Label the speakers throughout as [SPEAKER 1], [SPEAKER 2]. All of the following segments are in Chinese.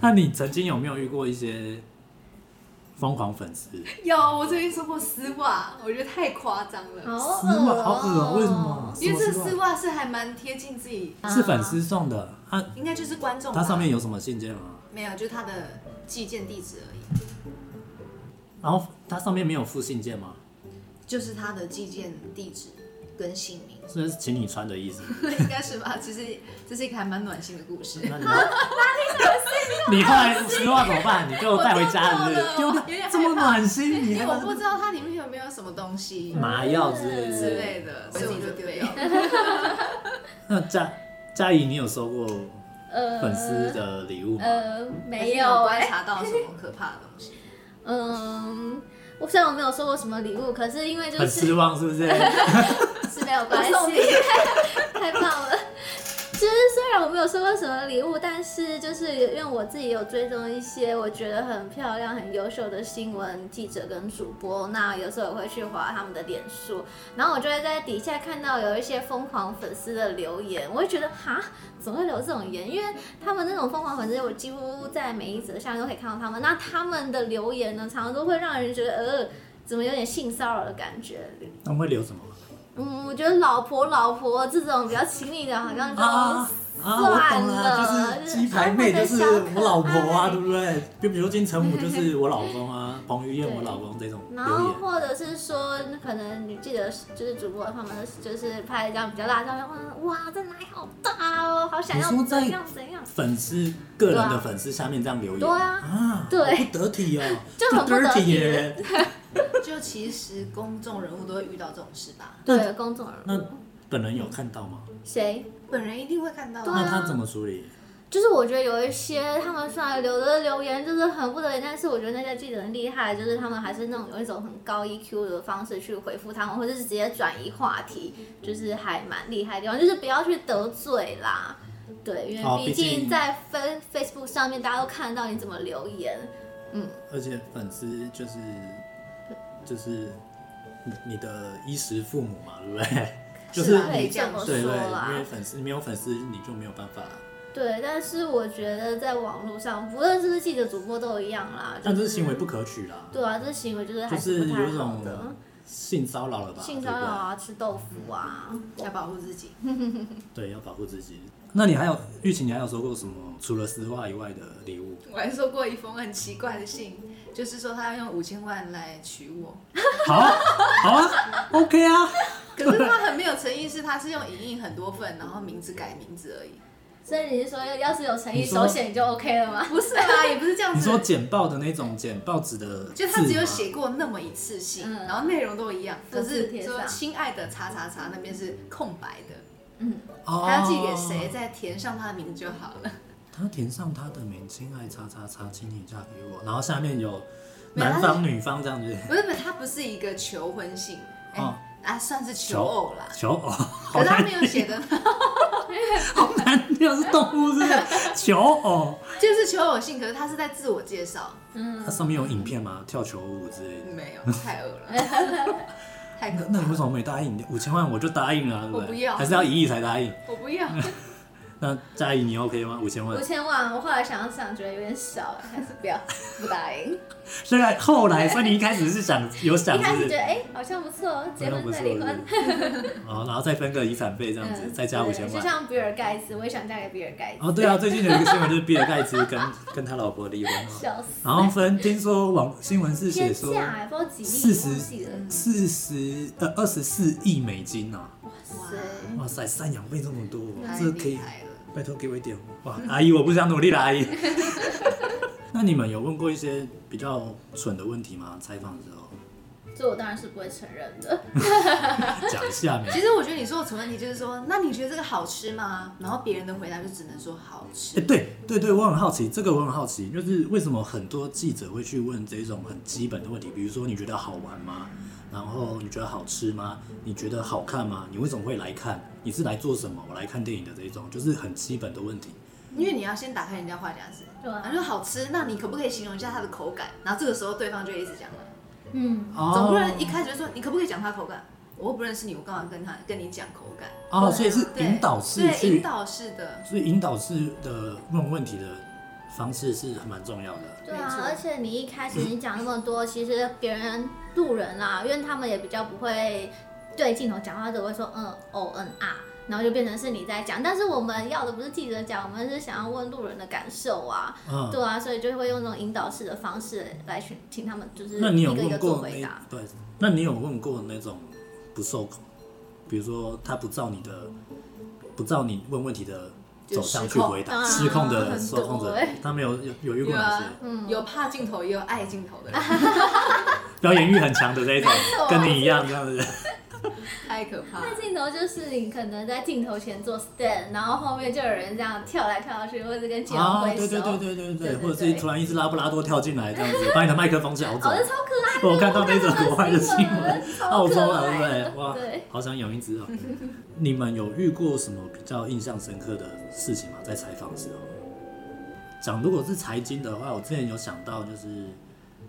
[SPEAKER 1] 那你曾经有没有遇过一些疯狂粉丝？
[SPEAKER 2] 有，我最近收过丝袜，我觉得太夸张了。
[SPEAKER 3] 好
[SPEAKER 1] 丝
[SPEAKER 3] 恶
[SPEAKER 1] 袜
[SPEAKER 3] 哦
[SPEAKER 1] 好恶哦，为什么？
[SPEAKER 2] 因为这
[SPEAKER 1] 什么
[SPEAKER 2] 丝袜是啊还蛮贴近自己，
[SPEAKER 1] 是粉丝送的，它
[SPEAKER 2] 应该就是观众吧。
[SPEAKER 1] 它上面有什么信件吗？
[SPEAKER 2] 没有，就是他的寄件地址而已，
[SPEAKER 1] 然后它上面没有附信件吗？
[SPEAKER 2] 就是他的寄件地址跟姓名，
[SPEAKER 1] 这是请你穿的意思。
[SPEAKER 2] 应该是吧？其实这是一个还蛮暖心的 故事。
[SPEAKER 1] 那 你你后来丝袜怎么办？你给我带回家是不是？
[SPEAKER 2] 我
[SPEAKER 1] 丢
[SPEAKER 2] 做
[SPEAKER 1] 掉
[SPEAKER 2] 错了有点害怕
[SPEAKER 1] 这么暖心，你
[SPEAKER 2] 因为
[SPEAKER 1] 那
[SPEAKER 2] 我不
[SPEAKER 1] 个
[SPEAKER 2] 知道它里面有没有什么东西
[SPEAKER 1] 麻药之类
[SPEAKER 2] 之
[SPEAKER 1] 的。
[SPEAKER 2] 类的，所以我就丢掉了。
[SPEAKER 1] 那嘉嘉怡，你有收过
[SPEAKER 3] 呃
[SPEAKER 1] 粉丝的礼物吗？
[SPEAKER 3] 呃没
[SPEAKER 2] 还是
[SPEAKER 3] 有
[SPEAKER 2] 观
[SPEAKER 3] 哎、
[SPEAKER 2] 察到什么可怕的东西？
[SPEAKER 3] 嗯，我虽然我没有收过什么礼物，可是因为就
[SPEAKER 1] 很
[SPEAKER 3] 是
[SPEAKER 1] 失望是不 是？
[SPEAKER 3] 是没有关系
[SPEAKER 2] 送你，
[SPEAKER 3] 太棒了。其实虽然我没有收过什么礼物，但是就是因为我自己有追踪一些我觉得很漂亮、很优秀的新闻记者跟主播，那有时候我会去划他们的脸书，然后我就会在底下看到有一些疯狂粉丝的留言，我会觉得哈，怎么会留这种言？因为他们那种疯狂粉丝，我几乎在每一则下面都可以看到他们。那他们的留言呢，常常都会让人觉得呃，怎么有点性骚扰的感觉，
[SPEAKER 1] 他们会留什么？
[SPEAKER 3] 嗯，我觉得老婆老婆这种比较亲密的，好像就、
[SPEAKER 1] 啊啊，我懂了，就是鸡排妹就是我老婆啊，对不对？比比如金城武就是我老公啊，彭于晏我老公这种
[SPEAKER 3] 然
[SPEAKER 1] 留
[SPEAKER 3] 后
[SPEAKER 1] 言，
[SPEAKER 3] 或者是说，可能你记得就是主播他们就是拍一张比较大的照片，哇，这奶好大哦，好想要
[SPEAKER 1] 你说在
[SPEAKER 3] 怎样怎样，
[SPEAKER 1] 粉丝个人的粉丝下面这样留言，
[SPEAKER 3] 对啊
[SPEAKER 1] 啊，
[SPEAKER 3] 对
[SPEAKER 1] 好不得体哦，
[SPEAKER 3] 就很不得体
[SPEAKER 1] dirty 耶。
[SPEAKER 2] 就其实公众人物都会遇到这种事吧？
[SPEAKER 1] 那
[SPEAKER 3] 对公众人
[SPEAKER 1] 那
[SPEAKER 3] 物
[SPEAKER 1] 本人有看到吗？
[SPEAKER 3] 谁？
[SPEAKER 2] 本人一定会看到啊。
[SPEAKER 3] 对啊
[SPEAKER 1] 那他怎么处理？
[SPEAKER 3] 就是我觉得有一些他们虽然留的留言就是很不得已，但是我觉得那些记者很厉害，就是他们还是那种有一种很高 EQ 的方式去回复他们，或者是直接转移话题，就是还蛮厉害的地方，就是不要去得罪啦。对，因
[SPEAKER 1] 哦
[SPEAKER 3] 为毕
[SPEAKER 1] 毕竟
[SPEAKER 3] 竟在 Face Facebook 上面，大家都看得到你怎么留言。
[SPEAKER 1] 而且粉丝就是就是你你的衣食父母嘛，对不对？ 就是
[SPEAKER 3] 是啊
[SPEAKER 2] 可
[SPEAKER 3] 可
[SPEAKER 2] 以
[SPEAKER 3] 以
[SPEAKER 1] 你
[SPEAKER 2] 这
[SPEAKER 3] 这
[SPEAKER 2] 样
[SPEAKER 3] 样
[SPEAKER 2] 说
[SPEAKER 3] 说
[SPEAKER 1] 对对，
[SPEAKER 3] 啦
[SPEAKER 1] 因为粉丝没有粉丝你就没有办法。
[SPEAKER 3] 对，但是我觉得在网络上，不论是不是记者、主播都一样啦。
[SPEAKER 1] 但
[SPEAKER 3] 就
[SPEAKER 1] 这
[SPEAKER 3] 是
[SPEAKER 1] 是行为不可取啦，
[SPEAKER 3] 对啊，这行为就是还
[SPEAKER 1] 就是
[SPEAKER 3] 不太
[SPEAKER 1] 有一
[SPEAKER 3] 好
[SPEAKER 1] 种
[SPEAKER 3] 的。
[SPEAKER 1] 性骚扰了吧？
[SPEAKER 3] 性骚扰
[SPEAKER 1] 对
[SPEAKER 3] 啊，吃豆腐啊，
[SPEAKER 2] 要保护自己。
[SPEAKER 1] 不对，对，要保护自己。那你还有玉琴，你还有收过什么除了丝袜以外的礼物？
[SPEAKER 2] 我还收过一封很奇怪的信，就是说他要用五千万来娶我，
[SPEAKER 1] 好啊，好啊，OK 啊，
[SPEAKER 2] 可是他很没有诚意，是他是用影印很多份，然后名字改名字而已。
[SPEAKER 3] 所以你是说要是有诚意
[SPEAKER 1] 你说
[SPEAKER 3] 手写你就 OK 了吗？
[SPEAKER 2] 不是啊， 也不是这样
[SPEAKER 1] 你说
[SPEAKER 2] 子，
[SPEAKER 1] 简报的那种简报纸的字吗，
[SPEAKER 2] 就他只有写过那么一次信，
[SPEAKER 3] 嗯
[SPEAKER 2] 然后内容都一样，可
[SPEAKER 3] 复制
[SPEAKER 2] 是
[SPEAKER 3] 贴
[SPEAKER 2] 说
[SPEAKER 3] 上
[SPEAKER 2] 亲爱的叉叉叉那边是空白的，
[SPEAKER 3] 嗯，
[SPEAKER 1] 哦，
[SPEAKER 2] 他要寄给谁，再填上他的名字就好 了。
[SPEAKER 1] 他填上他的名，亲爱叉叉叉，请你嫁给我。然后下面有男方、女方这样 子，
[SPEAKER 2] 不是不是，他不是一个求婚信，哎、
[SPEAKER 1] 哦
[SPEAKER 2] 啊，算是求偶啦。
[SPEAKER 1] 求偶，好
[SPEAKER 2] 可是他
[SPEAKER 1] 难
[SPEAKER 2] 没有写的，
[SPEAKER 1] 好难，这是动物是不是求偶。
[SPEAKER 2] 就是求偶信，可是他是在自我介绍，
[SPEAKER 1] 它上面有影片吗？跳球舞之类的。
[SPEAKER 2] 没有，太恶了，太可
[SPEAKER 1] 那
[SPEAKER 2] 怕
[SPEAKER 1] 你为
[SPEAKER 2] 了，
[SPEAKER 1] 什么没答应？五千万我就答应了啊，对
[SPEAKER 2] 我
[SPEAKER 1] 对？
[SPEAKER 2] 不要
[SPEAKER 1] 还是要一亿才答应。
[SPEAKER 2] 我不 要。
[SPEAKER 1] 那嘉怡你 OK 吗？五千
[SPEAKER 3] 五
[SPEAKER 1] 万。
[SPEAKER 3] 千万，我后来想想觉得有点少，还是不要，不答应。
[SPEAKER 1] 虽然后来，所以你一开始是想有想
[SPEAKER 3] 一
[SPEAKER 1] 是
[SPEAKER 3] 开
[SPEAKER 1] 不
[SPEAKER 3] 始
[SPEAKER 1] 是哎
[SPEAKER 3] 觉？得哎、好像不错，结婚再离婚，
[SPEAKER 1] 哦，然后再分个遗产费这样子，
[SPEAKER 3] 嗯
[SPEAKER 1] 再加五千
[SPEAKER 3] 对就
[SPEAKER 1] 万。
[SPEAKER 3] 像比尔盖茨，我也想嫁给比尔盖茨，
[SPEAKER 1] 哦，对啊，最近有一个新闻就是比尔盖茨跟跟他老婆离 婚哦。
[SPEAKER 3] 笑死。
[SPEAKER 1] 然后分听说网新闻是写
[SPEAKER 3] 天
[SPEAKER 1] 说
[SPEAKER 3] 价哎，不知道几
[SPEAKER 1] 四
[SPEAKER 3] 亿，忘
[SPEAKER 1] 十
[SPEAKER 3] 记了。
[SPEAKER 1] 四十呃二十四亿美金啊！
[SPEAKER 3] 是
[SPEAKER 1] 哇塞，赡养费这么多，
[SPEAKER 2] 太
[SPEAKER 1] 这可
[SPEAKER 2] 厉
[SPEAKER 1] 以
[SPEAKER 2] 害了，
[SPEAKER 1] 拜托给我一点哦哇！阿姨，我不想努力了，阿 姨。那你们有问过一些比较蠢的问题吗？采访的时候
[SPEAKER 3] 这我当然是不会承认的。
[SPEAKER 1] 讲一下没？
[SPEAKER 2] 其实我觉得你说的蠢问题就是说，那你觉得这个好吃吗？然后别人的回答就只能说好
[SPEAKER 1] 哎、
[SPEAKER 2] 吃。
[SPEAKER 1] 对对对，我很好奇，这个我很好奇，就是为什么很多记者会去问这种很基本的问题，比如说你觉得好玩吗？然后你觉得好吃吗？你觉得好看吗？你为什么会来看？你是来做什么？我来看电影的这种，就是很基本的问题。
[SPEAKER 2] 因为你要先打开人家话匣子，
[SPEAKER 3] 对啊
[SPEAKER 2] 然后就好吃，那你可不可以形容一下它的口感？然后这个时候对方就会一直讲了，
[SPEAKER 3] 嗯，
[SPEAKER 1] 哦
[SPEAKER 2] 总不能一开始就说你可不可以讲它的口感？我又不认识你，我干嘛跟他跟你讲口感？
[SPEAKER 1] 哦，所以是
[SPEAKER 2] 对
[SPEAKER 1] 引导式
[SPEAKER 2] 对，
[SPEAKER 1] 去
[SPEAKER 2] 引导式的，
[SPEAKER 1] 所以引导式的问问题的方式是蛮重要的。
[SPEAKER 3] 对
[SPEAKER 2] 没
[SPEAKER 3] 啊，
[SPEAKER 2] 错
[SPEAKER 3] 而且你一开始你讲那么 多，其实别人路人啦、因为他们也比较不会对镜头讲话，只会说嗯哦嗯啊，然后就变成是你在讲。但是我们要的不是记者讲，我们是想要问路人的感受啊，
[SPEAKER 1] 嗯，
[SPEAKER 3] 对啊，所以就会用那种引导式的方式来请请他们就是
[SPEAKER 1] 嗯那你有
[SPEAKER 3] 一个一
[SPEAKER 1] 问
[SPEAKER 3] 个做
[SPEAKER 1] 过
[SPEAKER 3] 回
[SPEAKER 1] 那
[SPEAKER 3] 答。
[SPEAKER 1] 对？那你有问过那种不受控，比如说他不照你的，不照你问问题的
[SPEAKER 2] 就
[SPEAKER 1] 走向
[SPEAKER 2] 失
[SPEAKER 1] 去
[SPEAKER 2] 控
[SPEAKER 1] 回答，
[SPEAKER 3] 啊
[SPEAKER 1] 失控的
[SPEAKER 2] 很
[SPEAKER 1] 受控者
[SPEAKER 3] 多欸，啊
[SPEAKER 1] 他们有有有遇过哪些？
[SPEAKER 2] 嗯，有怕镜头也有爱镜头 的人，
[SPEAKER 1] 表演欲很强的这一种
[SPEAKER 3] 错，
[SPEAKER 1] 跟你一样这样 子。
[SPEAKER 2] 太可怕了
[SPEAKER 3] 那。镜头就是你可能在镜头前做 stand，然后后面就有人这样跳来跳去，或者跟镜头
[SPEAKER 1] 啊，
[SPEAKER 3] 挥
[SPEAKER 1] 对对
[SPEAKER 3] 手，
[SPEAKER 1] 对对对
[SPEAKER 3] 对
[SPEAKER 1] 对，
[SPEAKER 3] 对
[SPEAKER 1] 或者是
[SPEAKER 3] 对
[SPEAKER 1] 突然一只拉布拉多跳进来这样子，把你的麦克风 抢走
[SPEAKER 3] 哦，。这超可爱的。
[SPEAKER 1] 我看到那种国外的新 闻，澳
[SPEAKER 3] 我看
[SPEAKER 1] 洲
[SPEAKER 3] 到
[SPEAKER 1] 啊，对不对？
[SPEAKER 3] 那个超可爱的哦
[SPEAKER 1] 哇
[SPEAKER 3] 对，
[SPEAKER 1] 好想养一只哦。你们有遇过什么比较印象深刻的事情吗？在采访的时候，讲如果是财经的话，我之前有想到就是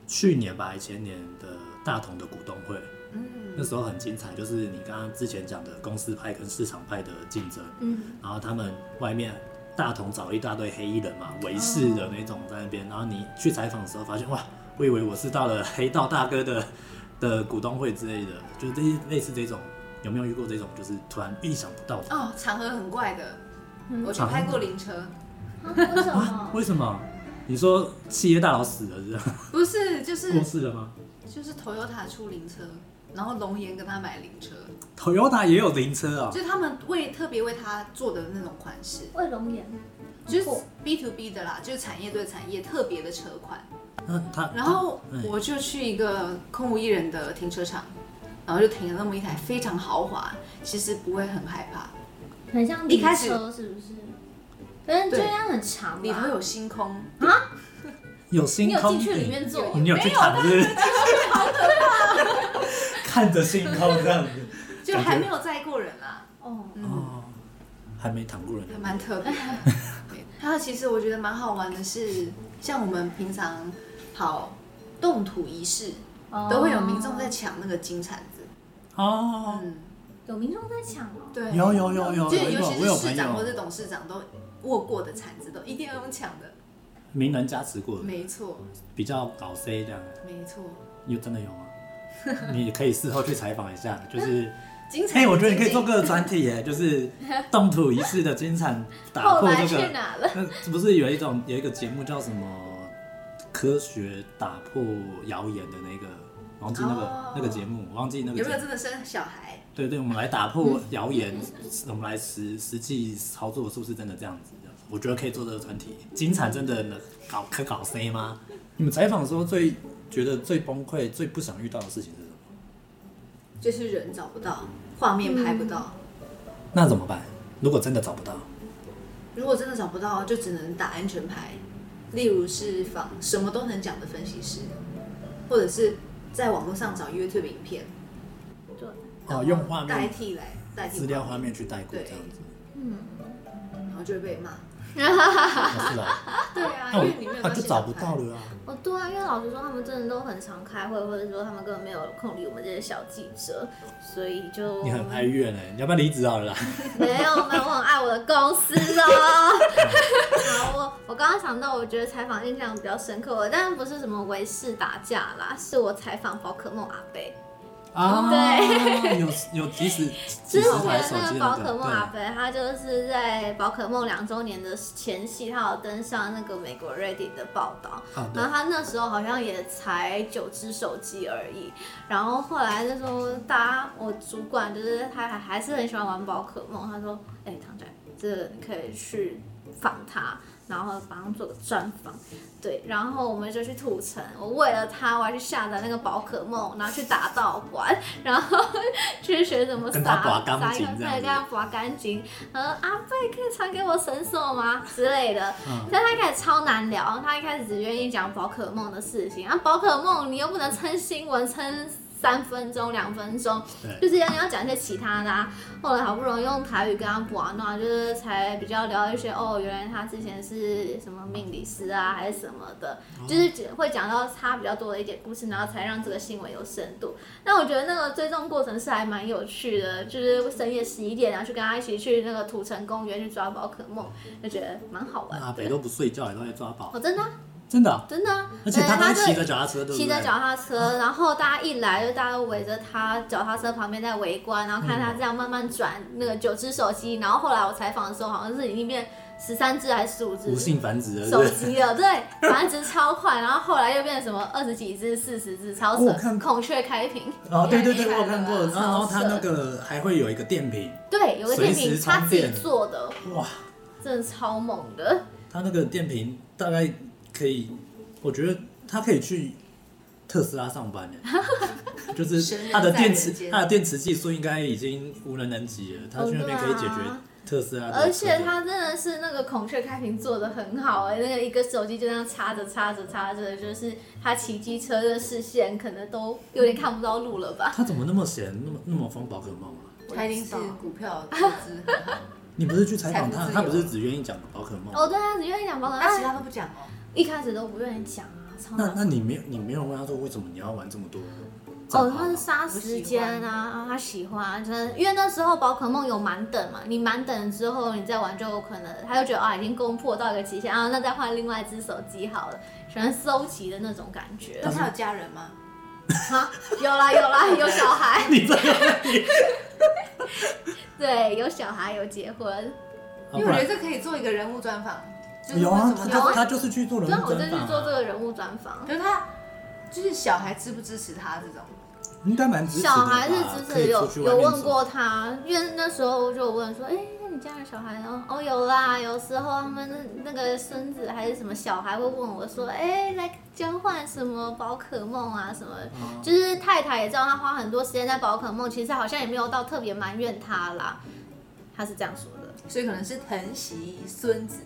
[SPEAKER 1] 去年吧，还前年的大同的股东会，
[SPEAKER 2] 嗯，
[SPEAKER 1] 那时候很精彩，就是你刚刚之前讲的公司派跟市场派的竞争，
[SPEAKER 3] 嗯，
[SPEAKER 1] 然后他们外面大同找了一大堆黑衣人嘛，维氏的那种在那边，然后你去采访的时候发现，哇，我以为我是到了黑道大哥的 的股东会之类的，就是这些类似这种，有没有遇过这种就是突然意想不到的？
[SPEAKER 2] 哦，场合很怪的，
[SPEAKER 3] 嗯
[SPEAKER 2] 我去拍过灵车，
[SPEAKER 3] 啊为什
[SPEAKER 1] 啊
[SPEAKER 3] 么？？
[SPEAKER 1] 为什么？你说企业大佬死了是吧
[SPEAKER 2] 不是，就是
[SPEAKER 1] 过世了吗
[SPEAKER 2] 就是 Toyota 出灵车，然后龙岩跟他买灵车，
[SPEAKER 1] ？Toyota 也有灵车啊、
[SPEAKER 2] 就是他们为特别为他做的那种款式，
[SPEAKER 3] 卫龙眼，
[SPEAKER 2] 就是
[SPEAKER 3] 哦
[SPEAKER 2] B to B 的啦，就是产业对产业特别的车款。
[SPEAKER 1] 那他
[SPEAKER 2] 然后
[SPEAKER 1] 嗯
[SPEAKER 2] 我就去一个空无一人的停车场，然后就停了那么一台非常豪华，其实不会很害怕，
[SPEAKER 3] 很像
[SPEAKER 2] 一开始
[SPEAKER 3] 车是不是？反正就这样很长吧。啊
[SPEAKER 2] 里头有星空，
[SPEAKER 1] 有
[SPEAKER 3] 你
[SPEAKER 1] 星
[SPEAKER 3] 有
[SPEAKER 1] 空哎
[SPEAKER 3] 进去里面坐？
[SPEAKER 1] 你有去躺是不是？ 看着星空这样子。
[SPEAKER 2] 就还没有载过人啦、
[SPEAKER 3] 哦，
[SPEAKER 2] 嗯，
[SPEAKER 1] 哦，还没躺过人。
[SPEAKER 2] 还蛮特别 的。对，还有其实我觉得蛮好玩的是，像我们平常跑动土仪式，
[SPEAKER 3] 哦
[SPEAKER 2] 都会有民众在抢那个金铲子。
[SPEAKER 1] 哦，
[SPEAKER 2] 嗯，
[SPEAKER 3] 有民众在抢哦。
[SPEAKER 2] 对，
[SPEAKER 1] 有有有有，
[SPEAKER 2] 嗯就
[SPEAKER 1] 有一
[SPEAKER 2] 尤
[SPEAKER 1] 个
[SPEAKER 2] 其
[SPEAKER 1] 我
[SPEAKER 2] 是
[SPEAKER 1] 有
[SPEAKER 2] 市
[SPEAKER 1] 朋
[SPEAKER 2] 长或
[SPEAKER 1] 友
[SPEAKER 2] 者董事长都握过的铲子，都一定要用抢的。
[SPEAKER 1] 名人加持过的，
[SPEAKER 2] 没错，
[SPEAKER 1] 比较搞 C 这样，
[SPEAKER 2] 没错，
[SPEAKER 1] 有真的有吗？ 你可以事后去采访一下，就是，
[SPEAKER 2] 金铲。
[SPEAKER 1] 哎，我觉得你可以做。个专题耶， 就是动土仪式的金铲打
[SPEAKER 3] 后
[SPEAKER 1] 破
[SPEAKER 3] 来
[SPEAKER 1] 这
[SPEAKER 3] 去
[SPEAKER 1] 个，
[SPEAKER 3] 哪了？
[SPEAKER 1] 那不是有一种有一个节目叫什么科学打破谣言的那个，忘记那
[SPEAKER 2] 哦
[SPEAKER 1] 个那个节目，忘记那个
[SPEAKER 2] 有
[SPEAKER 1] 节目
[SPEAKER 2] 没有真的生小孩？
[SPEAKER 1] 对对，我们来打破谣言，我们来实实际操作是不是真的这样子？我觉得可以做这个专题。金产真的能搞可搞 C 吗？你们采访的时候最觉得最崩溃、最不想遇到的事情是什么？
[SPEAKER 2] 就是人找不到，画面拍不到。
[SPEAKER 1] 那怎么办？如果真的找不到，
[SPEAKER 2] 如果真的找不到，就只能打安全牌，例如是仿什么都能讲的分析师，或者是在网络上找 YouTube 影片，
[SPEAKER 3] 对，
[SPEAKER 2] 然
[SPEAKER 1] 哦，
[SPEAKER 2] 后
[SPEAKER 1] 用画
[SPEAKER 2] 代
[SPEAKER 1] 面
[SPEAKER 2] 替来代替
[SPEAKER 1] 资料画面去带过
[SPEAKER 2] 对
[SPEAKER 1] 这样子，
[SPEAKER 3] 嗯
[SPEAKER 2] 然后就会被骂。
[SPEAKER 1] 哦是啊，
[SPEAKER 2] 对啊，
[SPEAKER 1] 那
[SPEAKER 2] 因为你没有
[SPEAKER 1] 我
[SPEAKER 2] 到
[SPEAKER 1] 啊就
[SPEAKER 2] 现
[SPEAKER 1] 找
[SPEAKER 2] 场
[SPEAKER 1] 不
[SPEAKER 2] 拍
[SPEAKER 1] 到。了啊。
[SPEAKER 3] 哦对啊，因为老实说，他们真的都很常开会，或者说他们根本没有空理我们这些小记者，所以就
[SPEAKER 1] 你很哀怨哎，你要不要离职好了啦？
[SPEAKER 3] 没有没有，我很爱我的公司 哦。好，我我刚刚想到，我觉得采访印象比较深刻，我当然不是什么维氏打架啦，是我采访宝可梦阿贝。
[SPEAKER 1] 啊，
[SPEAKER 3] 对，
[SPEAKER 1] 有有即使几
[SPEAKER 3] 之前
[SPEAKER 1] 十
[SPEAKER 3] 那
[SPEAKER 1] 台手机的
[SPEAKER 3] 个宝
[SPEAKER 1] 那
[SPEAKER 3] 可
[SPEAKER 1] 个，
[SPEAKER 3] 梦阿
[SPEAKER 1] 对。
[SPEAKER 3] 贝，他就是在宝可梦两周年的前夕，他有登上那个美国 Reddit 的报道。
[SPEAKER 1] 啊，对
[SPEAKER 3] 然后他那时候好像也才九只手机而已，然后后来那时候大家我主管就是他还还是很喜欢玩宝可梦，他说：“哎、唐仔，这个你可以去访他，然后帮他做个专访。”对，然后我们就去土城，我为了他我还去下载那个宝可梦，然后去打道馆，然后去学怎么
[SPEAKER 1] 跟
[SPEAKER 3] 撒
[SPEAKER 1] 他拔钢
[SPEAKER 3] 撒一
[SPEAKER 1] 筋
[SPEAKER 3] 个
[SPEAKER 1] 这样
[SPEAKER 3] 对，
[SPEAKER 1] 子
[SPEAKER 3] 跟他拔钢筋，呃，阿贝可以传给我神手吗之类的。
[SPEAKER 1] 嗯
[SPEAKER 3] 但他一开始超难聊，他一开始只愿意讲宝可梦的事情，啊，宝可梦你又不能称新闻称。三分钟、两分钟，
[SPEAKER 1] 对，
[SPEAKER 3] 就是要要讲一些其他的、啊。后来好不容易用台语跟他玩闹，就是才比较聊一些哦，原来他之前是什么命理师啊，还是什么的，
[SPEAKER 1] 哦
[SPEAKER 3] 就是只会讲到他比较多的一点故事，然后才让这个新闻有深度。那我觉得那个追踪过程是还蛮有趣的，就是深夜十一点啊然后去跟他一起去那个土城公园去抓宝可梦，就觉得蛮好玩
[SPEAKER 1] 那啊北
[SPEAKER 3] 的。
[SPEAKER 1] 都不睡觉也都在抓宝，
[SPEAKER 3] 哦，真的啊、
[SPEAKER 1] 真的啊，
[SPEAKER 3] 真的啊、
[SPEAKER 1] 而且他
[SPEAKER 3] 对
[SPEAKER 1] 都
[SPEAKER 3] 就
[SPEAKER 1] 骑着脚踏车，对不对？哦
[SPEAKER 3] 骑着脚踏车，然后大家一来就大家都围着他脚踏车旁边在围观，然后看他
[SPEAKER 1] 嗯
[SPEAKER 3] 这样慢慢转那个九只手机，然后后来我采访的时候好像是已经变十三只还是十五只
[SPEAKER 1] 无性繁殖的，对不
[SPEAKER 3] 手
[SPEAKER 1] 对
[SPEAKER 3] 机了，对，繁殖超快，然后后来又变成什么二十几只、四十只，超扯
[SPEAKER 1] 哦我看，过
[SPEAKER 3] 孔雀开屏，
[SPEAKER 1] 哦，对对对，
[SPEAKER 2] 太厉
[SPEAKER 1] 我
[SPEAKER 2] 害
[SPEAKER 1] 有看过，
[SPEAKER 2] 了
[SPEAKER 1] 然后
[SPEAKER 2] 吧
[SPEAKER 1] 然后他
[SPEAKER 3] 超
[SPEAKER 1] 那
[SPEAKER 3] 神
[SPEAKER 1] 个还会有一个电瓶，
[SPEAKER 3] 对，有个电
[SPEAKER 1] 随
[SPEAKER 3] 瓶
[SPEAKER 1] 时充
[SPEAKER 3] 他自己
[SPEAKER 1] 电
[SPEAKER 3] 做的，
[SPEAKER 1] 哇，
[SPEAKER 3] 真的超猛的。
[SPEAKER 1] 他那个电瓶大概可以，我觉得他可以去特斯拉上班耶，就是他的电
[SPEAKER 2] 神人在人
[SPEAKER 1] 池，
[SPEAKER 2] 间
[SPEAKER 1] 他的电池技术应该已经无人能及了，他去那边可以解
[SPEAKER 3] 哦对
[SPEAKER 1] 决
[SPEAKER 3] 啊
[SPEAKER 1] 特斯拉的车辆。
[SPEAKER 3] 而且它真的是那个孔雀开屏做的很好哎、那个一个手机就这样插着插着插着，就是他骑机车的视线可能都有点看不到路了吧？
[SPEAKER 1] 他怎么那么闲，那么那么疯宝可梦啊？
[SPEAKER 2] 他一定是股票投资很好，
[SPEAKER 1] 你不是去采访
[SPEAKER 2] 财
[SPEAKER 1] 他，
[SPEAKER 2] 富自由
[SPEAKER 1] 他不是只愿意讲宝可梦？
[SPEAKER 3] 哦，对啊，只愿意讲宝可
[SPEAKER 2] 那其
[SPEAKER 3] 梦，
[SPEAKER 2] 他都不讲哦。
[SPEAKER 3] 一开始都不愿意讲啊，超
[SPEAKER 1] 那
[SPEAKER 3] 难。
[SPEAKER 1] 那你没有你没有问他说为什么你要玩这么多？
[SPEAKER 3] 哦，
[SPEAKER 1] 嗯
[SPEAKER 3] 他 是杀时间啊，他喜欢，就是因为那时候宝可梦有满等嘛，你满等之后你再玩就有可能，他就觉得啊已经攻破到一个极限啊，那再换另外一只手机好了，喜欢收集的那种感觉。
[SPEAKER 2] 那他有家人吗？
[SPEAKER 3] 啊，有啦有啦，有小孩。
[SPEAKER 1] 你这
[SPEAKER 3] 对，有小孩，有结婚，
[SPEAKER 2] 因为我觉得这可以做一个人物专访，就是
[SPEAKER 1] 有啊，
[SPEAKER 2] 为什
[SPEAKER 1] 他
[SPEAKER 2] 么
[SPEAKER 1] 就
[SPEAKER 3] 有
[SPEAKER 1] 是
[SPEAKER 3] 啊
[SPEAKER 2] 他，
[SPEAKER 1] 他就是去做人
[SPEAKER 3] 对啊，
[SPEAKER 1] 物
[SPEAKER 3] 我就去
[SPEAKER 1] 专访
[SPEAKER 3] 做这
[SPEAKER 1] 啊，
[SPEAKER 3] 个人物专访。
[SPEAKER 2] 可是他就是小孩支不支持他这种，
[SPEAKER 1] 应该蛮支持的
[SPEAKER 3] 小
[SPEAKER 1] 吧
[SPEAKER 3] 孩是支
[SPEAKER 1] 可以
[SPEAKER 3] 持有
[SPEAKER 1] 出去外
[SPEAKER 3] 有
[SPEAKER 1] 面
[SPEAKER 3] 问
[SPEAKER 1] 走啊
[SPEAKER 3] 过他，因为那时候就有问说，哎、那你家有小孩呢？哦，有啦，有时候他们那那个孙子还是什么小孩会问我说，哎、来交换什么宝可梦啊什么的。
[SPEAKER 1] 哦
[SPEAKER 3] 就是太太也知道他花很多时间在宝可梦，其实好像也没有到特别埋怨他啦，他是这样说的。
[SPEAKER 2] 所以可能是疼惜孙子，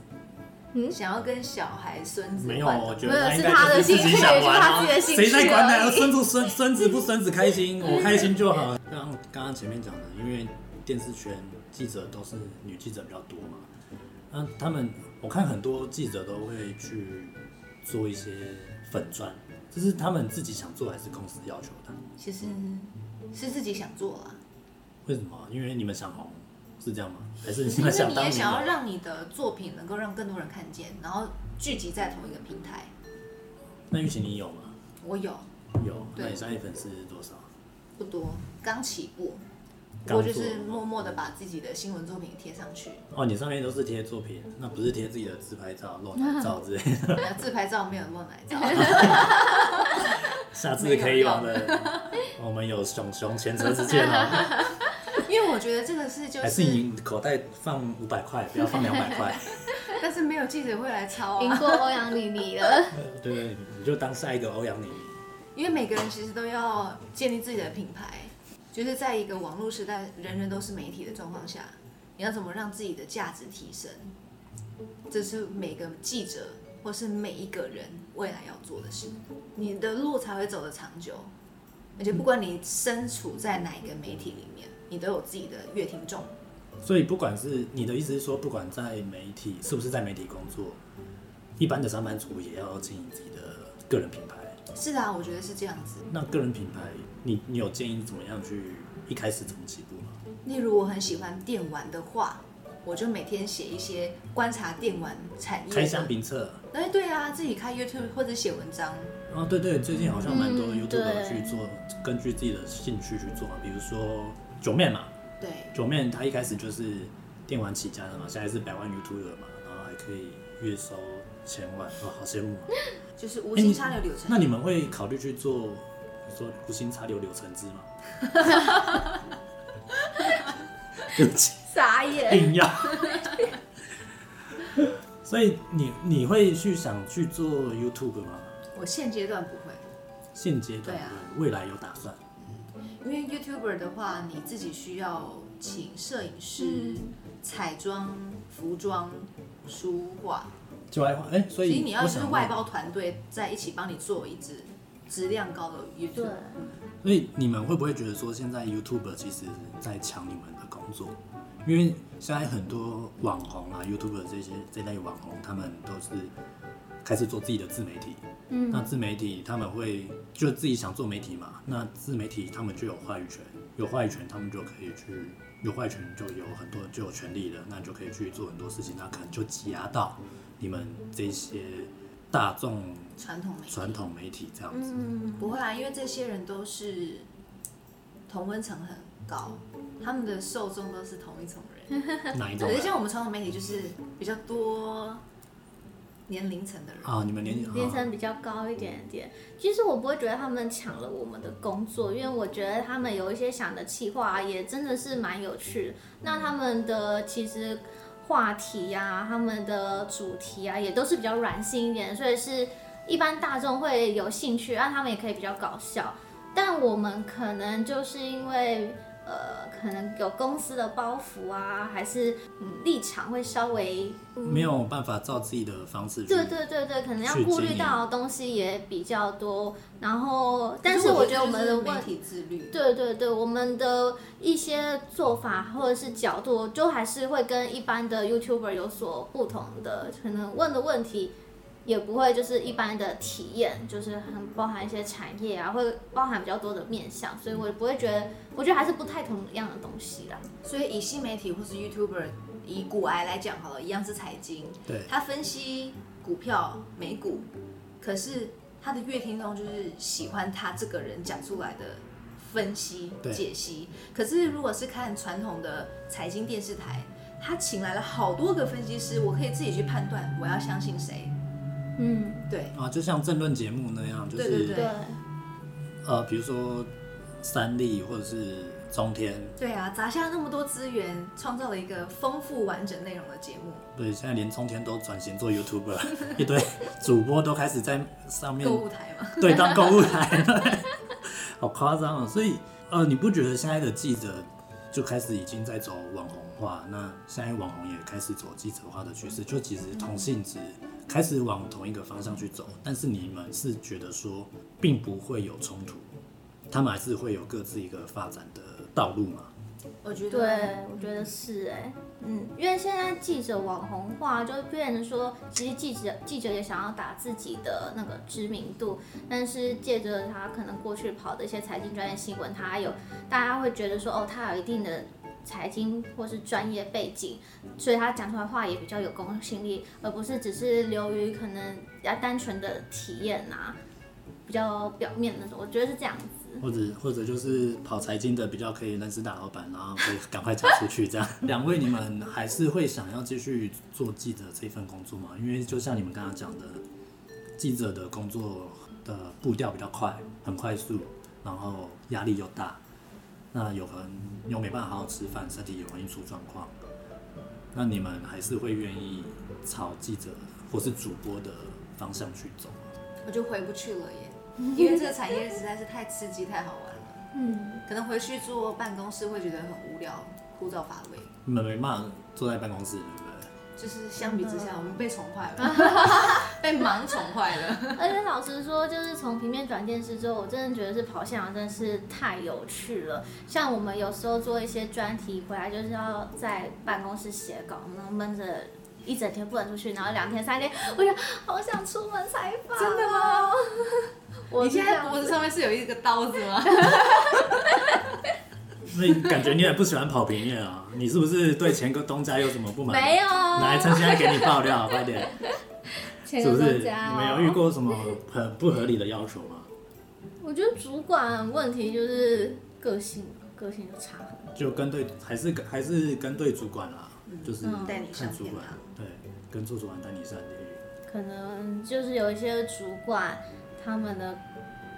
[SPEAKER 3] 嗯
[SPEAKER 2] 想要跟小孩孙子
[SPEAKER 1] 没有，
[SPEAKER 2] 换
[SPEAKER 1] 我觉
[SPEAKER 3] 没有
[SPEAKER 1] 得那应
[SPEAKER 3] 是
[SPEAKER 1] 该
[SPEAKER 3] 他的
[SPEAKER 1] 就是自
[SPEAKER 3] 兴
[SPEAKER 1] 己
[SPEAKER 3] 趣
[SPEAKER 1] 想玩啊
[SPEAKER 3] 是他自己的兴趣
[SPEAKER 1] 谁在管
[SPEAKER 3] 而
[SPEAKER 1] 呢？
[SPEAKER 3] 已嗯
[SPEAKER 1] 孙子孙孙子不孙子开心，我开心就好。刚刚刚前面讲的，因为电视圈记者都是女记者比较多嘛，那他们我看很多记者都会去做一些粉钻，这是他们自己想做还是公司要求的？
[SPEAKER 2] 其实是自己想做啊啦，
[SPEAKER 1] 为什么？因为你们想红是这样吗？还是你
[SPEAKER 2] 嗯因为
[SPEAKER 1] 们想
[SPEAKER 2] 你
[SPEAKER 1] 当
[SPEAKER 2] 也
[SPEAKER 1] 名
[SPEAKER 2] 想要
[SPEAKER 1] 人？
[SPEAKER 2] 让你的作品能够让更多人看见，然后聚集在同一个平台。
[SPEAKER 1] 那玉琴你有吗？
[SPEAKER 2] 我有
[SPEAKER 1] 有，那
[SPEAKER 2] 对
[SPEAKER 1] 你现在粉丝是多少？
[SPEAKER 2] 不多，刚起步，
[SPEAKER 1] 刚
[SPEAKER 2] 我就是
[SPEAKER 1] 做
[SPEAKER 2] 默默的把自己的新闻作品贴上去，
[SPEAKER 1] 哦，你上面都是贴作品，那不是贴自己的自拍 照、露奶照之类的。
[SPEAKER 2] 然后自拍照没有露奶照，
[SPEAKER 1] 下次可以往的， 哦我们有熊熊前车之鉴啊，
[SPEAKER 2] 因为我觉得这个是就
[SPEAKER 1] 还是你口袋放五百块，不要放两百块。
[SPEAKER 2] 但是没有记者会来抄
[SPEAKER 3] 赢
[SPEAKER 2] 啊，
[SPEAKER 3] 过欧阳妮妮了，
[SPEAKER 1] 对对，你就当下一个欧阳妮妮。
[SPEAKER 2] 因为每个人其实都要建立自己的品牌，就是在一个网络时代，人人都是媒体的状况下，你要怎么让自己的价值提升，这是每个记者或是每一个人未来要做的事，你的路才会走得长久，而且不管你身处在哪一个媒体里面，你都有自己的乐听众。
[SPEAKER 1] 所以不管是你的意思是说，不管在媒体是不是在媒体工作，一般的上班族也要经营自己的个人品牌。
[SPEAKER 2] 是啊，我觉得是这样子。
[SPEAKER 1] 那个人品牌，你你有建议怎么样去一开始怎么起步吗？
[SPEAKER 2] 例如我很喜欢电玩的话，我就每天写一些观察电玩产业的
[SPEAKER 1] 开箱评测。
[SPEAKER 2] 哎，对啊，自己开 YouTube 或者写文章，
[SPEAKER 1] 哦，对对，最近好像蛮多
[SPEAKER 3] 嗯
[SPEAKER 1] YouTuber
[SPEAKER 3] 对
[SPEAKER 1] 去做，根据自己的兴趣去做嘛，比如说九面嘛，
[SPEAKER 2] 对，
[SPEAKER 1] 九面他一开始就是电玩起家的嘛，现在是百万 YouTuber 嘛，然后还可以月收千万，哦，好羡慕 啊！
[SPEAKER 2] 就是无
[SPEAKER 1] 哎
[SPEAKER 2] 心
[SPEAKER 1] 你
[SPEAKER 2] 插柳柳成。
[SPEAKER 1] 那你们会考虑去做，比如说无心插柳柳橙汁吗？ 对不起，
[SPEAKER 3] 傻 眼。
[SPEAKER 1] 硬要。所以你你会去想去做 YouTube 吗？
[SPEAKER 2] 我现阶段不会，
[SPEAKER 1] 现阶段
[SPEAKER 2] 对啊
[SPEAKER 1] 不会未来有打算？
[SPEAKER 2] 因为 YouTuber 的话，你自己需要请摄影师、
[SPEAKER 3] 嗯
[SPEAKER 2] 彩妆、服装、书画，
[SPEAKER 1] 就来画哎，所
[SPEAKER 2] 所
[SPEAKER 1] 以
[SPEAKER 2] 以你要
[SPEAKER 1] 我
[SPEAKER 2] 就是
[SPEAKER 1] 想
[SPEAKER 2] 外
[SPEAKER 1] 问
[SPEAKER 2] 包团队在一起帮你做一支质量高的 YouTube。
[SPEAKER 3] 对
[SPEAKER 2] 嗯
[SPEAKER 1] 所以你们会不会觉得说，现在 YouTube 其实在抢你们的工作？因为现在很多网红啊、YouTube 这些这类网红，他们都是开始做自己的自媒体。
[SPEAKER 3] 嗯
[SPEAKER 1] 那自媒体他们会就自己想做媒体嘛？那自媒体他们就有话语权，有话语权他们就可以去有话语权，就有很多就有权利了，那就可以去做很多事情，那可能就挤压到你们这些大众
[SPEAKER 2] 传统媒体
[SPEAKER 1] 传统媒体这样子。
[SPEAKER 3] 嗯，
[SPEAKER 2] 不会啊，因为这些人都是同温层很高，他们的受众都是同一种人。
[SPEAKER 1] 哪一种
[SPEAKER 2] 可是
[SPEAKER 1] 人？
[SPEAKER 2] 像我们传统媒体就是比较多年龄层的人，
[SPEAKER 1] 啊，你们年
[SPEAKER 3] 年
[SPEAKER 1] 啊
[SPEAKER 3] 层比较高一点点。其实我不会觉得他们抢了我们的工作，因为我觉得他们有一些想的企划啊也真的是蛮有趣的。那他们的其实话题啊，他们的主题啊，也都是比较软性一点，所以是一般大众会有兴趣，让、他们也可以比较搞笑。但我们可能就是因为。呃，可能有公司的包袱啊，还是嗯立场会稍微
[SPEAKER 1] 没有办法照自己的方式去
[SPEAKER 3] 对对对对，可能要
[SPEAKER 1] 嗯去
[SPEAKER 3] 顾
[SPEAKER 1] 经
[SPEAKER 3] 虑
[SPEAKER 1] 营
[SPEAKER 3] 到的东西也比较多，然后但
[SPEAKER 2] 可
[SPEAKER 3] 是
[SPEAKER 2] 我
[SPEAKER 3] 我觉得我们
[SPEAKER 2] 就是
[SPEAKER 3] 的
[SPEAKER 2] 媒
[SPEAKER 3] 问，
[SPEAKER 2] 体自律，
[SPEAKER 3] 对对对，我们的一些做法或者是角度，就还是会跟一般的 YouTuber 有所不同的，可能问的问题。也不会就是一般的体验，就是很包含一些产业啊，会包含比较多的面向，所以我不会觉得，我觉得还是不太同样的东西啦。
[SPEAKER 2] 所以以新媒体或是 YouTuber，以股癌来讲好了，一样是财经，
[SPEAKER 1] 对
[SPEAKER 2] 他分析股票美股，可是他的乐听众就是喜欢他这个人讲出来的分析
[SPEAKER 1] 对
[SPEAKER 2] 解析。可是如果是看传统的财经电视台，他请来了好多个分析师，我可以自己去判断我要相信谁。
[SPEAKER 3] 嗯，
[SPEAKER 2] 对，
[SPEAKER 1] 啊，就像政论节目那样，就是
[SPEAKER 2] 对对
[SPEAKER 3] 对，
[SPEAKER 1] 呃，比如说三立或者是中天，
[SPEAKER 2] 对啊，砸下那么多资源，创造了一个丰富完整内容的节目，
[SPEAKER 1] 对，现在连中天都转型做 YouTuber，一 堆主播都开始在上面
[SPEAKER 2] 购物台嘛。
[SPEAKER 1] 对当购物台，对好夸张哦。所以呃，你不觉得现在的记者就开始已经在走网红化？那现在网红也开始走记者化的趋势，就其实同性质开始往同一个方向去走，但是你们是觉得说并不会有冲突，他们还是会有各自一个发展的道路嘛？
[SPEAKER 2] 我觉得
[SPEAKER 3] 对，我觉得是哎、嗯，因为现在记者网红化，就变成说，其实记者记者也想要打自己的那个知名度，但是借着他可能过去跑的一些财经专业新闻，他有大家会觉得说，哦，他有一定的财经或是专业背景，所以他讲出来话也比较有公信力，而不是只是流于可能比较单纯的体验啊，比较表面那种，我觉得是这样子。
[SPEAKER 1] 或者或者就是跑财经的比较可以认识大老板，然后可以赶快讲出去这样。 两位，你们还是会想要继续做记者这份工作吗？因为就像你们刚刚讲的，记者的工作的步调比较快，很快速，然后压力又大，那有可能又没办法好好吃饭，身体也容易出状况。那你们还是会愿意朝记者或是主播的方向去走吗？
[SPEAKER 2] 我就回不去了耶，因为这个产业实在是太刺激、太好玩了。
[SPEAKER 3] 嗯。
[SPEAKER 2] 可能回去坐办公室会觉得很无聊、枯燥乏味。
[SPEAKER 1] 你们没办法坐在办公室，对不对？
[SPEAKER 2] 就是相比之下，我们被宠坏 了，被忙宠坏了。
[SPEAKER 3] 而且老实说，就是从平面转电视之后，我真的觉得是跑现场真的是太有趣了。像我们有时候做一些专题回来，就是要在办公室写稿，然后闷着一整天不能出去，然后两天三天，我就好想出门采访、啊
[SPEAKER 2] 真的吗？
[SPEAKER 3] 我
[SPEAKER 2] 你
[SPEAKER 3] 是
[SPEAKER 2] 现
[SPEAKER 3] 这
[SPEAKER 2] 在
[SPEAKER 3] 样
[SPEAKER 2] 脖
[SPEAKER 3] 子
[SPEAKER 2] 子上面是有一个刀子吗？
[SPEAKER 1] 所以感觉你也不喜欢跑平面啊？你是不是对前个东家有什么不满？
[SPEAKER 3] 没有，
[SPEAKER 1] 来，趁现在给你爆料，快 点，
[SPEAKER 3] 前
[SPEAKER 1] 是
[SPEAKER 3] 个
[SPEAKER 1] 不是？
[SPEAKER 3] 专
[SPEAKER 1] 你
[SPEAKER 3] 家哦
[SPEAKER 1] 们有遇过什么很不合理的要求吗？
[SPEAKER 3] 我觉得主管问题就是个性，个性就差很多。
[SPEAKER 1] 就跟对，还是跟还是跟对主管啦，就是
[SPEAKER 3] 嗯
[SPEAKER 2] 带你上
[SPEAKER 1] 看主
[SPEAKER 2] 天
[SPEAKER 1] 管
[SPEAKER 2] 堂，
[SPEAKER 1] 对，跟做主管带你上地狱。
[SPEAKER 3] 可能就是有一些主管他们的，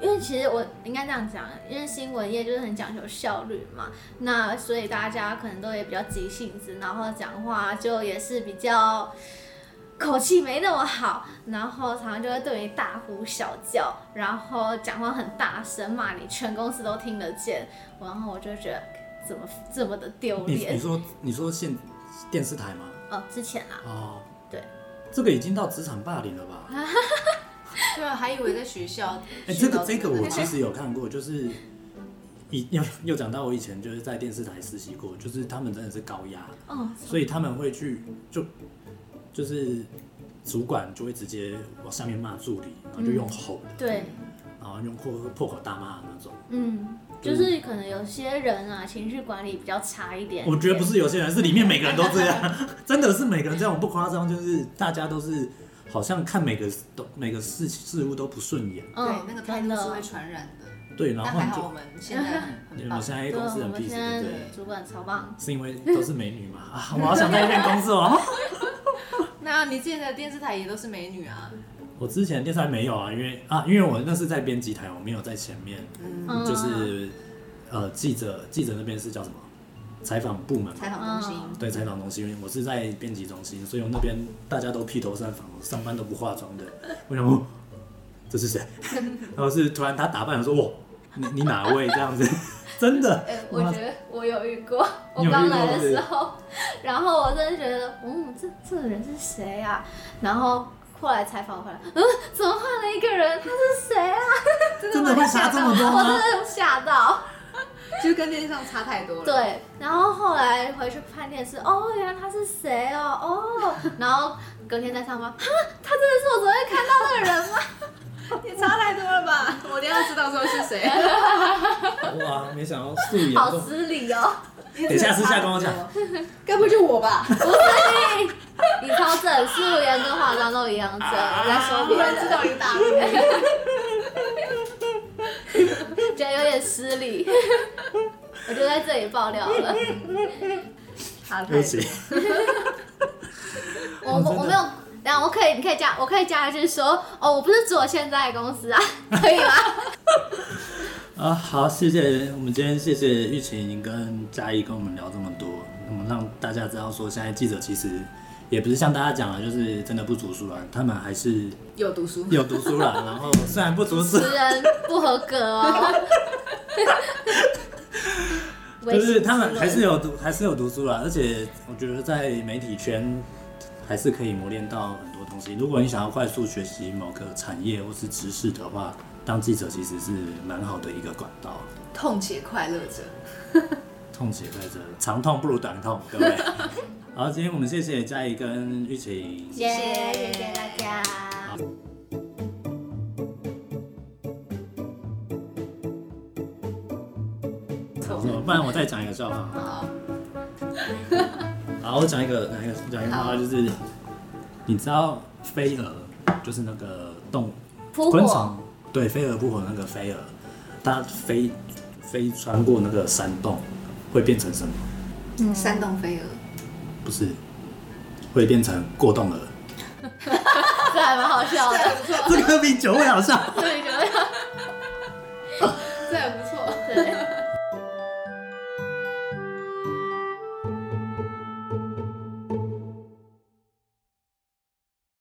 [SPEAKER 3] 因为其实我应该这样讲，因为新闻业就是很讲究效率嘛，那所以大家可能都也比较急性子，然后讲话就也是比较。口气没那么好，然后常常就会对你大呼小叫，然后讲话很大声骂你，全公司都听得见。然后我就觉得怎么这么的丢
[SPEAKER 1] 你你
[SPEAKER 3] 脸
[SPEAKER 1] 说你说现电视台吗？
[SPEAKER 3] 哦，之前啊，
[SPEAKER 1] 哦，
[SPEAKER 3] 对，啊
[SPEAKER 1] 这个已经到职场霸凌了吧？
[SPEAKER 2] 对啊，还以为在学校。
[SPEAKER 1] 哎、这
[SPEAKER 3] 哦
[SPEAKER 1] 个这个 我其实有看过，就是以又又讲到我以前就是在电视台实习过，就是他们真的是高压，
[SPEAKER 3] 哦，
[SPEAKER 1] 所以他们会去就就是主管就会直接往下面骂助理，然后就用吼的，
[SPEAKER 3] 对，
[SPEAKER 1] 然后用破破口大骂的那种。
[SPEAKER 3] 嗯，就是可能有些人啊，情绪管理比较差一点。
[SPEAKER 1] 我觉得不，是有些人，是里面每个人都这样， 真的是每个人这样，我不夸张，就是大家都是好像看每个都每个事事物都不顺眼，
[SPEAKER 2] 对
[SPEAKER 3] 嗯，，
[SPEAKER 2] 那个态度
[SPEAKER 3] 真的
[SPEAKER 2] 是会传染的。
[SPEAKER 1] 对，然
[SPEAKER 2] 但
[SPEAKER 1] 后
[SPEAKER 2] 还
[SPEAKER 1] 你
[SPEAKER 2] 好我
[SPEAKER 1] 就
[SPEAKER 2] 们现在 很
[SPEAKER 1] 我
[SPEAKER 2] 棒
[SPEAKER 1] 们。现在
[SPEAKER 3] 对，
[SPEAKER 1] 公
[SPEAKER 3] 我
[SPEAKER 1] 司很
[SPEAKER 3] 们
[SPEAKER 1] peace，对
[SPEAKER 3] 现在
[SPEAKER 1] 不对？
[SPEAKER 3] 主管超棒。
[SPEAKER 1] 是因为都是美女嘛？啊， 我好想在那边工作啊！
[SPEAKER 2] 那你之前的电视台也都是美女啊？
[SPEAKER 1] 我之前电视台没有啊，因为啊，因为我那是在编辑台，我没有在前面，
[SPEAKER 2] 嗯，
[SPEAKER 3] 嗯，
[SPEAKER 1] 就是呃记者记者那边是叫什么采访部门嘛
[SPEAKER 2] 采访中心。
[SPEAKER 1] 对采访中心，我是在编辑中心，所以我那边大家都披头散发，上班都不化妆的。我想，哦、这是谁？ 然后是突然他打扮，我说哇，你你哪位？这样子，真的
[SPEAKER 3] 哎、我觉得我有遇过，我
[SPEAKER 1] 你有遇
[SPEAKER 3] 刚
[SPEAKER 1] 过
[SPEAKER 3] 来的
[SPEAKER 1] 是不是
[SPEAKER 3] 时候，然后我真的觉得，嗯，这这个人是谁啊？然后后来采访回来，嗯，怎么换了一个人？他是谁啊？
[SPEAKER 1] 真的会差这么多
[SPEAKER 3] 我
[SPEAKER 1] 吗？
[SPEAKER 3] 真的吓到。
[SPEAKER 2] 就跟电视上差太多了。，
[SPEAKER 3] 对，然后后来回去看电视，哦，原来他是谁哦， 哦，然后隔天再上班，哈，他真的是我昨天看到的人吗？
[SPEAKER 2] 也差太多了吧？我一定要知道说是谁。
[SPEAKER 1] 哇，没想到素颜
[SPEAKER 3] 好
[SPEAKER 1] 都
[SPEAKER 3] 失礼哦，
[SPEAKER 1] 等一下私下跟我讲，
[SPEAKER 2] 该不会就我吧？
[SPEAKER 3] 不是你，你超正，素颜跟化妆都一样正，
[SPEAKER 1] 啊
[SPEAKER 3] 你在说
[SPEAKER 2] 突
[SPEAKER 3] 别
[SPEAKER 2] 然
[SPEAKER 3] 人，
[SPEAKER 2] 知道一个大陆。
[SPEAKER 3] 觉得有点失 礼，我就在这里爆料了，
[SPEAKER 2] 差
[SPEAKER 1] 对不起。
[SPEAKER 3] 我
[SPEAKER 1] 哦真的
[SPEAKER 3] 我没有。然后我可以，你可以加，我可以加一句说，哦，我不是只有现在的公司啊，可以吗？
[SPEAKER 1] 啊，好，谢谢我们今天谢谢玉琴跟嘉义跟我们聊这么多，那么让大家知道说，现在记者其实也不是像大家讲的，就是真的不读书啊，他们还是
[SPEAKER 2] 有读书。
[SPEAKER 1] 有读书啦，然后虽然不读书
[SPEAKER 3] 主，持人不合格哦，
[SPEAKER 1] 就是他们还是有读还是有读书啦，而且我觉得在媒体圈还是可以磨练到很多东西。如果你想要快速学习某个产业或是知识的话，当记者其实是蛮好的一个管道。
[SPEAKER 2] 痛且快乐着。
[SPEAKER 1] 痛且快着，长痛不如短痛，各位。好，今天我们谢谢嘉怡跟玉琴。
[SPEAKER 3] 耶，谢谢大家。
[SPEAKER 1] 好不然我再讲一个笑话。
[SPEAKER 2] 好，
[SPEAKER 1] 好，我讲一个，讲一个，讲一个笑话，
[SPEAKER 2] 好
[SPEAKER 1] 就是你知道飞蛾，就是那个动
[SPEAKER 3] 扑
[SPEAKER 1] 昆
[SPEAKER 3] 火，
[SPEAKER 1] 虫，对，飞蛾扑火那个飞蛾，它飞飞穿过那个山洞，会变成什么？嗯
[SPEAKER 2] 山洞飞蛾。
[SPEAKER 1] 不是，会变成过动蛾。
[SPEAKER 3] 这还蛮好笑的。
[SPEAKER 1] 这个比九尾好笑。
[SPEAKER 3] 对，